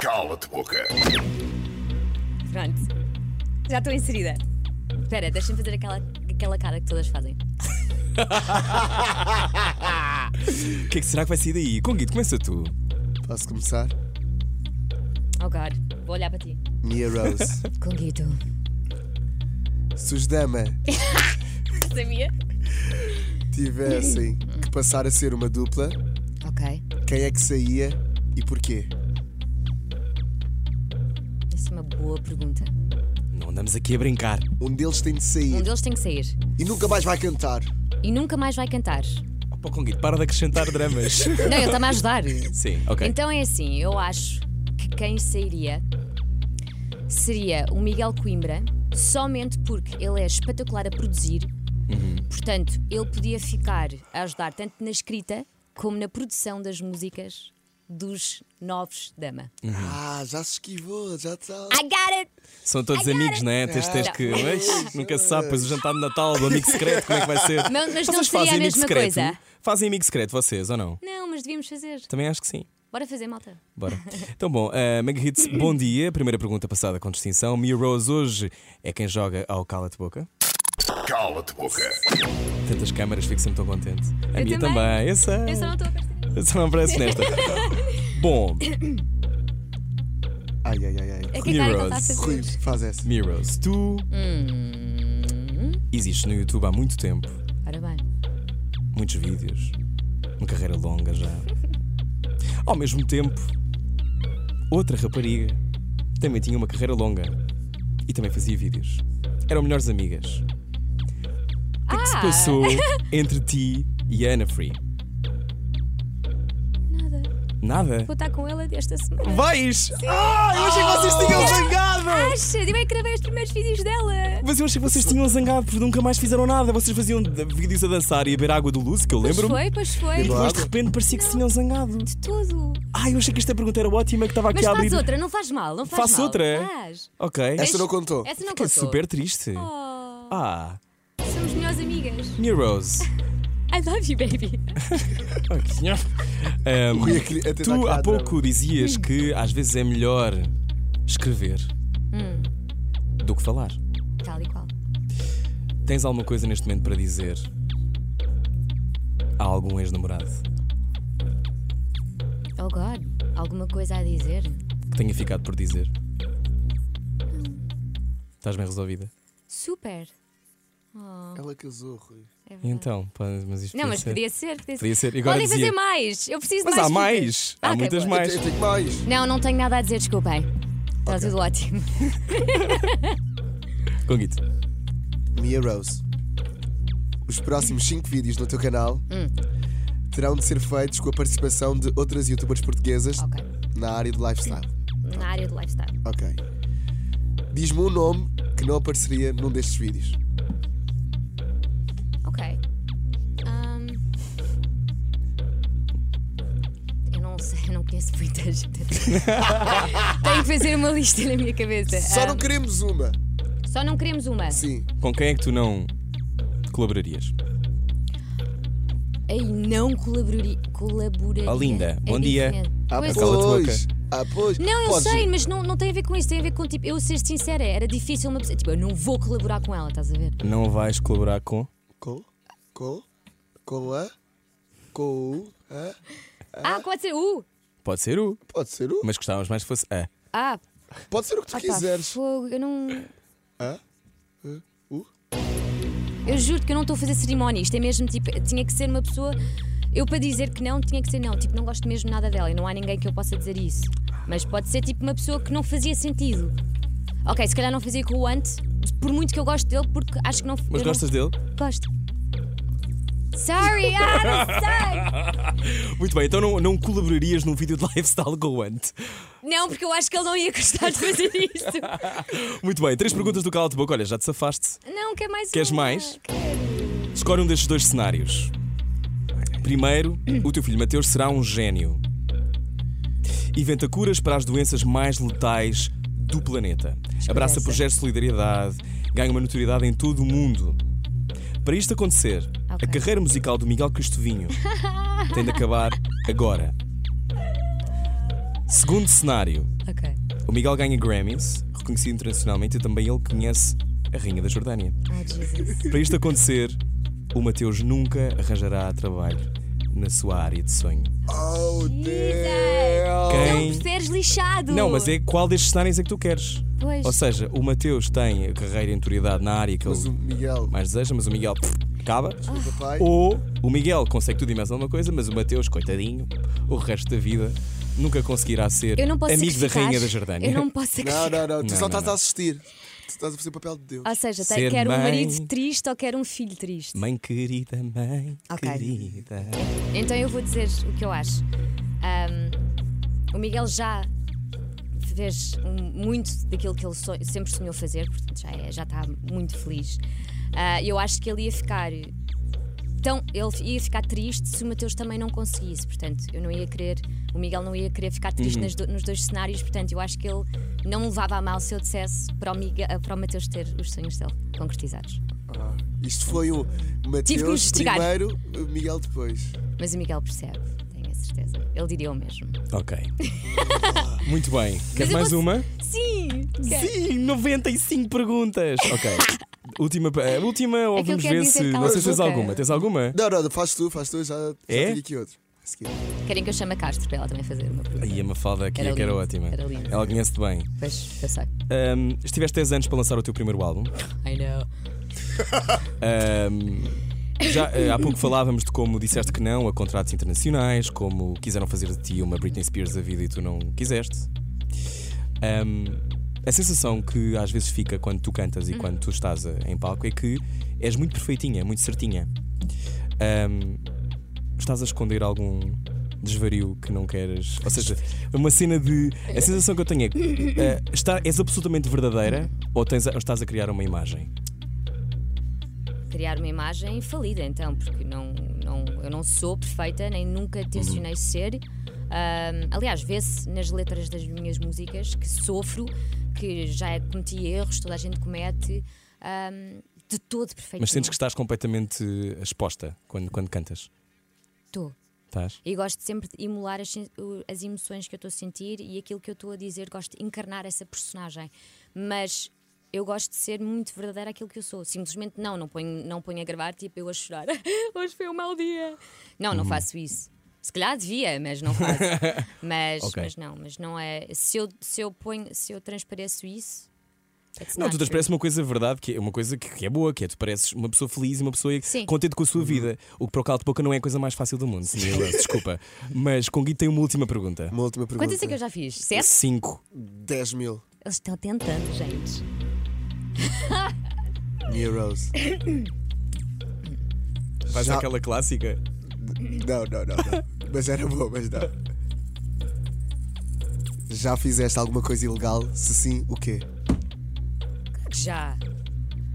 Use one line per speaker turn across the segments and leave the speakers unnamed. Cala-te, boca.
Pronto. Já estou inserida. Espera, deixa-me fazer aquela, aquela cara que todas fazem.
O que é que será que vai sair daí? Conguito, começa tu.
Posso começar?
Oh God, vou olhar para ti.
Mia Rose.
Conguito.
Susdama.
Sabia?
tivessem que passar a ser uma dupla,
Ok.
quem é que saía e porquê?
Essa é uma boa pergunta.
Não andamos aqui a brincar.
Um deles tem de
Um
sair
deles tem que sair
e nunca mais vai cantar.
e nunca mais vai cantar.
Opa, Conguito, para de acrescentar dramas.
Não, ele está-me a ajudar.
Sim, ok. Tá.
Então é assim, eu acho que quem sairia seria o Miguel Coimbra, somente porque ele é espetacular a produzir.
Uhum.
Portanto, ele podia ficar a ajudar tanto na escrita como na produção das músicas dos novos Dama.
Hum.
Ah, já se esquivou, já está.
I got it!
São todos amigos, não é? Tens, tens que. Mas, nunca se sabe, pois o jantar de Natal do amigo secreto, como é que vai ser?
Não, mas não
vocês
seria a
fazem amigo
mesma
secreto?
coisa.
Fazem amigo secreto vocês ou não?
Não, mas devíamos fazer.
Também acho que sim.
Bora fazer, malta.
Bora. Então, bom, uh, Mega Hits, bom dia. Primeira pergunta passada com distinção. Mia Rose hoje é quem joga ao Cala-te Boca.
Cala-te, boca.
Tantas câmaras, fico sempre tão contente. A
Eu
Mia
também.
também. Eu sei.
Eu só não estou a perceber.
Eu só não aparece nesta. bom,
Ai, ai, ai, ai.
É que a cara que ele está a
Heroes.
fazer.
Rui, faz essa.
Mia Rose, tu existes no YouTube há muito tempo.
Ora bem.
muitos vídeos, uma carreira longa já. Ao mesmo tempo, outra rapariga também tinha uma carreira longa e também fazia vídeos. Eram melhores amigas. O que é que se
Ah.
passou entre ti e a Ana Free?
Nada.
Nada?
Vou estar com ela esta semana.
Vais! Ah, eu achei que vocês tinham zangado!
Acha? Eu é que gravei os primeiros vídeos dela.
Mas eu achei que vocês tinham zangado porque nunca mais fizeram nada. Vocês faziam d- vídeos a dançar e a beber água do Luz, que eu
Pois
lembro-me.
foi, pois foi.
E depois de repente parecia que se tinham zangado.
De tudo.
Ah, eu achei que esta pergunta era ótima que estava aqui
Mas
a
faz
abrir.
outra, não faz mal, não faz
Faço
mal.
outra?
Faz.
Ok.
Essa não contou.
Essa não contou.
Fiquei é super triste.
Oh,
Ah,
somos melhores amigas.
New Rose.
I love you, baby.
Oh, que senhor. Ahm,
Rui, a querer- a
tu
tentar criar
há
drama.
pouco dizias que às vezes é melhor escrever
Hum.
do que falar.
Tal e qual.
Tens alguma coisa neste momento para dizer a algum ex-namorado
Oh God, alguma coisa a dizer?
que tenha ficado por dizer? Estás bem resolvida?
Super. Oh,
Ela casou, Rui.
é
E
verdade.
Então, pá, mas isto
Não, mas
ser-
podia ser. Podia ser.
Podia ser. E agora
Podem
dizia-
fazer mais. Eu preciso
Mas
mais
há
dicas.
mais! Há
Ok,
muitas
boa.
mais!
Eu tenho mais.
Não, não tenho nada a dizer, desculpem. Está tudo ótimo.
Conguito.
Mia Rose. Os próximos 5 vídeos no teu canal
Hum.
terão de ser feitos com a participação de outras youtubers portuguesas
Ok.
na área de lifestyle.
Na área do lifestyle.
Ok. Diz-me um nome que não apareceria num destes vídeos.
Ok. Ahm, Eu não sei, eu não conheço muita gente. Tenho que fazer uma lista na minha cabeça.
Só não
Ahm,
queremos uma.
só não queremos uma.
Sim.
Com quem é que tu não colaborarias?
Aí não colaborari- colaboraria.
Olinda,
É
bom dia.
diferente.
Ah,
Pois-
cala-te
pois. Ah, pois.
Não, eu
Podes-
sei, mas não, não tem a ver com isso. Tem a ver com, tipo, eu ser sincera, era difícil uma pessoa. Tipo, eu não vou colaborar com ela, estás a ver?
Não vais colaborar com.
Com? Com? Com a? Com o? A?
Ah, pode ser. Uh!
Pode ser o.
Pode ser o?
Mas gostávamos mais que fosse a.
Ah,
Pode ser o que tu
ah pá,
quiseres.
fogo, eu não.
A? E, U?
Eu juro que eu não estou a fazer cerimónia. Isto é mesmo tipo, tinha que ser uma pessoa. Eu para dizer que não, tinha que ser não. Tipo, não gosto mesmo nada dela e não há ninguém que eu possa dizer isso. Mas pode ser tipo uma pessoa que não fazia sentido. Ok, se calhar não fazia com o Ant, por muito que eu gosto dele, porque acho que não.
Mas
eu não-
gostas dele?
Gosto. Sorry, ah, não sei!
Muito bem, então não, não colaborarias num vídeo de lifestyle com o Ant.
Não, porque eu acho que ele não ia gostar de fazer isso.
Muito bem, três perguntas do Cala de Boca. Olha, já te safaste.
Não, quer mais
Queres
uma?
mais?
Quero.
Escolhe um destes dois cenários. Primeiro, o teu filho Mateus será um gênio. Inventa curas para as doenças mais letais do planeta. Abraça projetos de solidariedade, ganha uma notoriedade em todo o mundo. Para isto acontecer, a
Ok.
carreira musical do Miguel Cristovinho tem de acabar agora. Segundo cenário,
Ok.
o Miguel ganha Grammys, reconhecido internacionalmente, e também ele conhece a Rainha da Jordânia.
Ai, Oh, Jesus.
Para isto acontecer, o Mateus nunca arranjará trabalho na sua área de sonho.
Oh,
Não
Quem?
preferes lixado.
Não, mas é qual destes cenários é que tu queres?
Pois.
Ou seja, o Mateus tem a carreira e autoridade na área que
Mas o
ele
Miguel,
mais deseja, mas o Miguel pff, acaba.
o papai,
Ou o Miguel consegue tudo e mais alguma coisa, mas o Mateus, coitadinho, o resto da vida nunca conseguirá ser
Eu não posso
amigo da
sacrificar.
Rainha da Jordânia.
Eu não posso sacrificar.
Não, não, não, tu
Não,
só
não,
estás
não.
a assistir. Tu estás a fazer o papel de Deus.
Ou seja, tem,
Ser
quer um
mãe.
marido triste ou quer um filho triste.
Mãe querida, mãe
Ok.
querida.
Então eu vou dizer o que eu acho. Ahm, o Miguel já fez um- muito daquilo que ele so- sempre sonhou fazer, portanto já, é- já está muito feliz. Ah, eu acho que ele ia ficar. Tão, ele ia ficar triste se o Mateus também não conseguisse, portanto, eu não ia querer, o Miguel não ia querer ficar triste nas do- nos dois cenários, portanto, eu acho que ele não me levava a mal se eu dissesse para o, Miguel, para o Mateus ter os sonhos dele concretizados.
Ah. Isto foi o Mateus
investigar.
primeiro, o Miguel depois.
Mas o Miguel percebe, tenho a certeza. Ele diria o mesmo.
Ok. Muito bem. Queres mais
vou-
uma?
Sim! quero.
Sim, 95 perguntas. Ok. Última, eh, última ou
É que eu
vamos
quero
ver
dizer
se.
cala
Não sei se
a
tens
boca.
alguma. Tens alguma?
Não, não, faz tu, faz tu, já, já
É?
tenho aqui outro. A seguir.
Querem que eu chame a Castro para ela também fazer uma pergunta?
Aí a Mafalda aqui
Era
é que era
lindo,
ótima.
era lindo.
Ela conhece-te bem.
Pois, eu sei.
Ahm, estiveste 10 anos para lançar o teu primeiro álbum.
I know.
Ahm, já eh, há pouco falávamos de como disseste que não a contratos internacionais, como quiseram fazer de ti uma Britney Spears da vida e tu não quiseste. Ahm, a sensação que às vezes fica quando tu cantas e quando tu estás eh, em palco é que és muito perfeitinha, muito certinha. Ahm, estás a esconder algum desvario que não queres? Ou seja, uma cena de. A sensação que eu tenho é que eh, está, és absolutamente verdadeira ou, tens a- ou estás a criar uma imagem?
Criar uma imagem falida, então, porque não, não, eu não sou perfeita, nem nunca tencionei ser. Ahm, aliás, vê-se nas letras das minhas músicas que sofro, que já cometi erros, toda a gente comete, ahm, de todo perfeito.
Mas sentes que estás completamente eh, exposta quando, quando cantas?
estou.
Estás?
E gosto sempre de emular as, sen- o- as emoções que eu estou a sentir e aquilo que eu estou a dizer, gosto de encarnar essa personagem. Mas eu gosto de ser muito verdadeira àquilo que eu sou. Simplesmente não, não ponho, não ponho a gravar tipo eu a chorar. Hoje foi um mau dia. Não, não faço isso. Se calhar devia, mas não faço. mas,
Ok.
mas não, mas não é. Se eu, se eu ponho, se eu transpareço isso. é it's
Não,
not
tu
true.
te parece uma coisa verdade, que é uma coisa que, que é boa, que é tu pareces uma pessoa feliz e uma pessoa
Sim.
contente com a
Uhum.
sua vida. O que para o calo de boca não é a coisa mais fácil do mundo, senhor Lance, desculpa. Mas com Gui tem uma última pergunta.
Uma última pergunta.
Quantas é que eu já fiz? Sete?
Cinco.
10 mil
Eles estão tentando, gente.
euros.
Vais
Já-
àquela clássica.
Não, não, não, não. Mas era boa, mas não. Já fizeste alguma coisa ilegal? Se sim, o quê?
Já.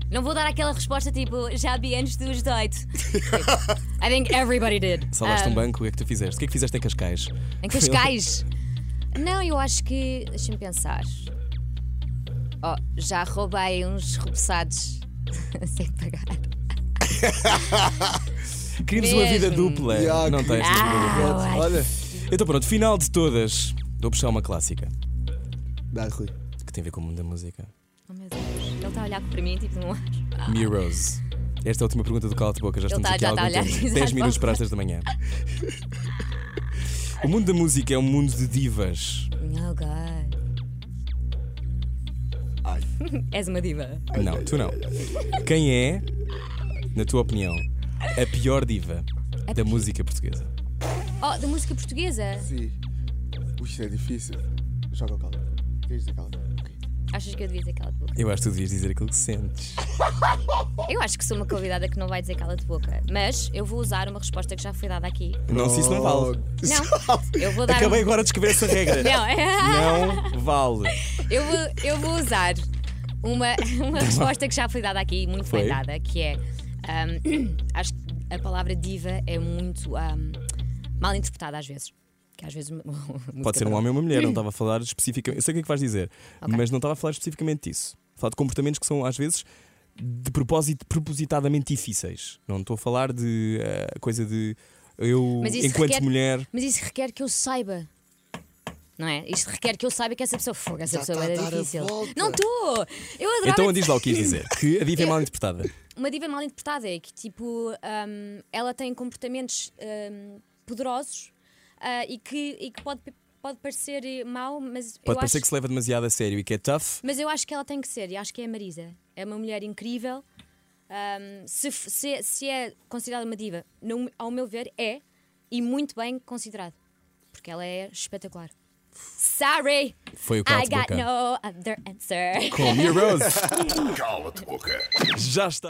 Não vou dar aquela resposta tipo, já vi antes dos 18. I think everybody did.
Salvaste um
Ah,
banco, o que é que tu fizeste? O que é que fizeste em Cascais?
Em Cascais. Não, eu acho que. Deixa-me pensar. Oh, já roubei uns repousados sem pagar.
Queríamos uma vida
Mesmo.
dupla.
Yeah,
não
que-
tens.
Ah,
Pronto,
ai.
olha.
Então pronto, final de todas, vou puxar uma clássica
Dá, Rui.
que tem a ver com o mundo da música.
Oh meu Deus. Ele está a olhar para mim tipo no ar.
Mirrors. Esta é a última pergunta do Cala de Boca, já
Ele
estamos
tá-
aqui
já
há algum
tá a olhar,
tempo.
exato.
10 minutos para as 3 da manhã. O mundo da música é um mundo de divas.
Oh God. És uma diva.
Não, tu não. Quem é, na tua opinião, a pior diva
É
da música portuguesa?
Oh, da música portuguesa?
Sim. Ui, isto é difícil. Joga o calo. Queres dizer calo? é? Ok.
Achas que eu devia dizer cala de boca?
Eu acho que tu devias dizer aquilo que sentes.
Eu acho que sou uma convidada que não vai dizer cala de boca, mas eu vou usar uma resposta que já foi dada aqui.
Não, se isso não vale.
Não, eu vou dar.
Acabei
um...
agora de escrever essa regra.
Não, é-
Não vale.
eu, vou, eu vou usar uma, uma resposta que já foi dada aqui, muito
Tá Foi.
bem dada, que é. ahm, acho que a palavra diva é muito ahm, mal interpretada às vezes. Que às vezes.
Pode ser um homem ou uma mulher, não estava a falar especificamente. Eu sei o que é que vais dizer, mas não estava a falar especificamente disso. Falar de comportamentos que são, às vezes, de propósito, propositadamente difíceis. Não estou a falar de eh, coisa de eu,
Mas isso
enquanto
requer-
mulher.
Mas isso requer que eu saiba. não é? Isto requer que eu saiba que essa pessoa fogo, essa
Já
pessoa
tá a
era
dar a
difícil.
volta.
Não estou! Eu adorava.
Então diz lá o que quis dizer. Que a diva é mal interpretada.
Uma diva mal interpretada é que, tipo, hum, ela tem comportamentos hum, poderosos ah, e, que, e que pode, pode parecer eh, mau, mas eu
Pode parecer
acho...
que se leva demasiado a sério e que é tough.
Mas eu acho que ela tem que ser, e acho que é a Marisa. É uma mulher incrível. Ahm, se, f- se é- se é considerada uma diva, não- ao meu ver, é. E muito bem considerada. Porque ela é espetacular. Sorry!
Foi o
I
Carlos
got
Boca.
no other answer.
Com Mia Rose.
Cala-te boca.
Já está.